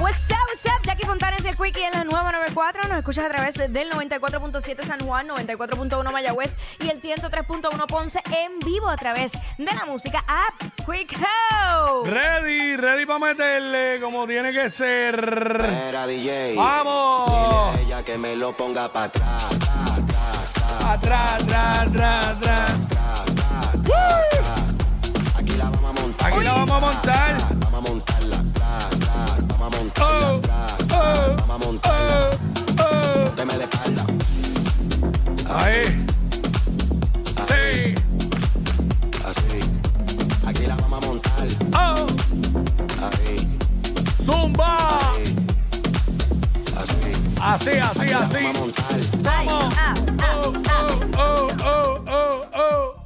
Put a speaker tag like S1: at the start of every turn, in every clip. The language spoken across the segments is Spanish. S1: What's up, what's up? Jackie Fontanes, el Quickie en la nueva 94. Nos escuchas a través del 94.7 San Juan, 94.1 Mayagüez y el 103.1 Ponce en vivo a través de la música app Quick House.
S2: Ready, ready para meterle como tiene que ser.
S3: Era DJ.
S2: ¡Vamos!
S3: Dile a Ella que me lo ponga para atrás. atrás, atrás.
S2: Atrás, atrás, atrás, atrás.
S3: Aquí la vamos a montar.
S2: Aquí la vamos a montar.
S3: Vamos a montarla. atrás, atrás. Vamos a montarla.
S2: Oh,
S3: atrás,
S2: oh,
S3: Vamos a montarla.
S2: oh, oh.
S3: Te me de espalda.
S2: Ahí. Sí.
S3: Así. Aquí la vamos a montar.
S2: Oh,
S3: Ahí.
S2: zumba.
S3: Ahí. Así.
S2: Así, así,
S3: La
S2: así.
S3: vamos a montar.
S1: Ay,
S2: Vamos.
S1: ah, ah,
S2: Oh,
S1: ah.
S2: oh, oh, oh, oh.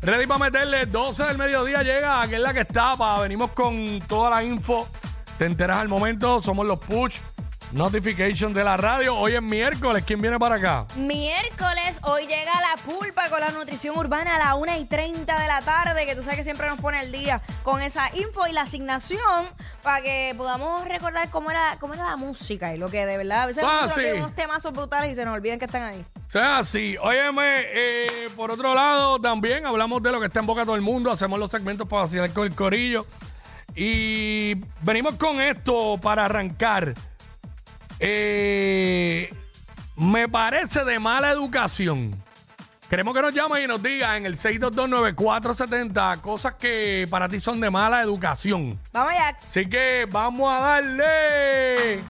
S2: Ready para meterle 12 del mediodía llega, que es la que está, pa. venimos con toda la info. Te enteras al momento, somos los push notification de la radio. Hoy es miércoles, ¿quién viene para acá?
S1: Miércoles, hoy llega la pulpa con la nutrición urbana a las 1 y 30 de la tarde, que tú sabes que siempre nos pone el día con esa info y la asignación para que podamos recordar cómo era, cómo era la música y lo que de verdad a veces
S2: Ah,
S1: nosotros
S2: sí.
S1: tiene unos temazos brutales y se nos olvidan que están ahí.
S2: O sea, sí, óyeme, eh, por otro lado, también hablamos de lo que está en boca de todo el mundo, hacemos los segmentos para vacilar con el corillo. Y venimos con esto para arrancar. Eh, me parece de mala educación. Queremos que nos llamen y nos digan en el 6229470 cosas que para ti son de mala educación.
S1: Vamos, Jax.
S2: Así que vamos a darle.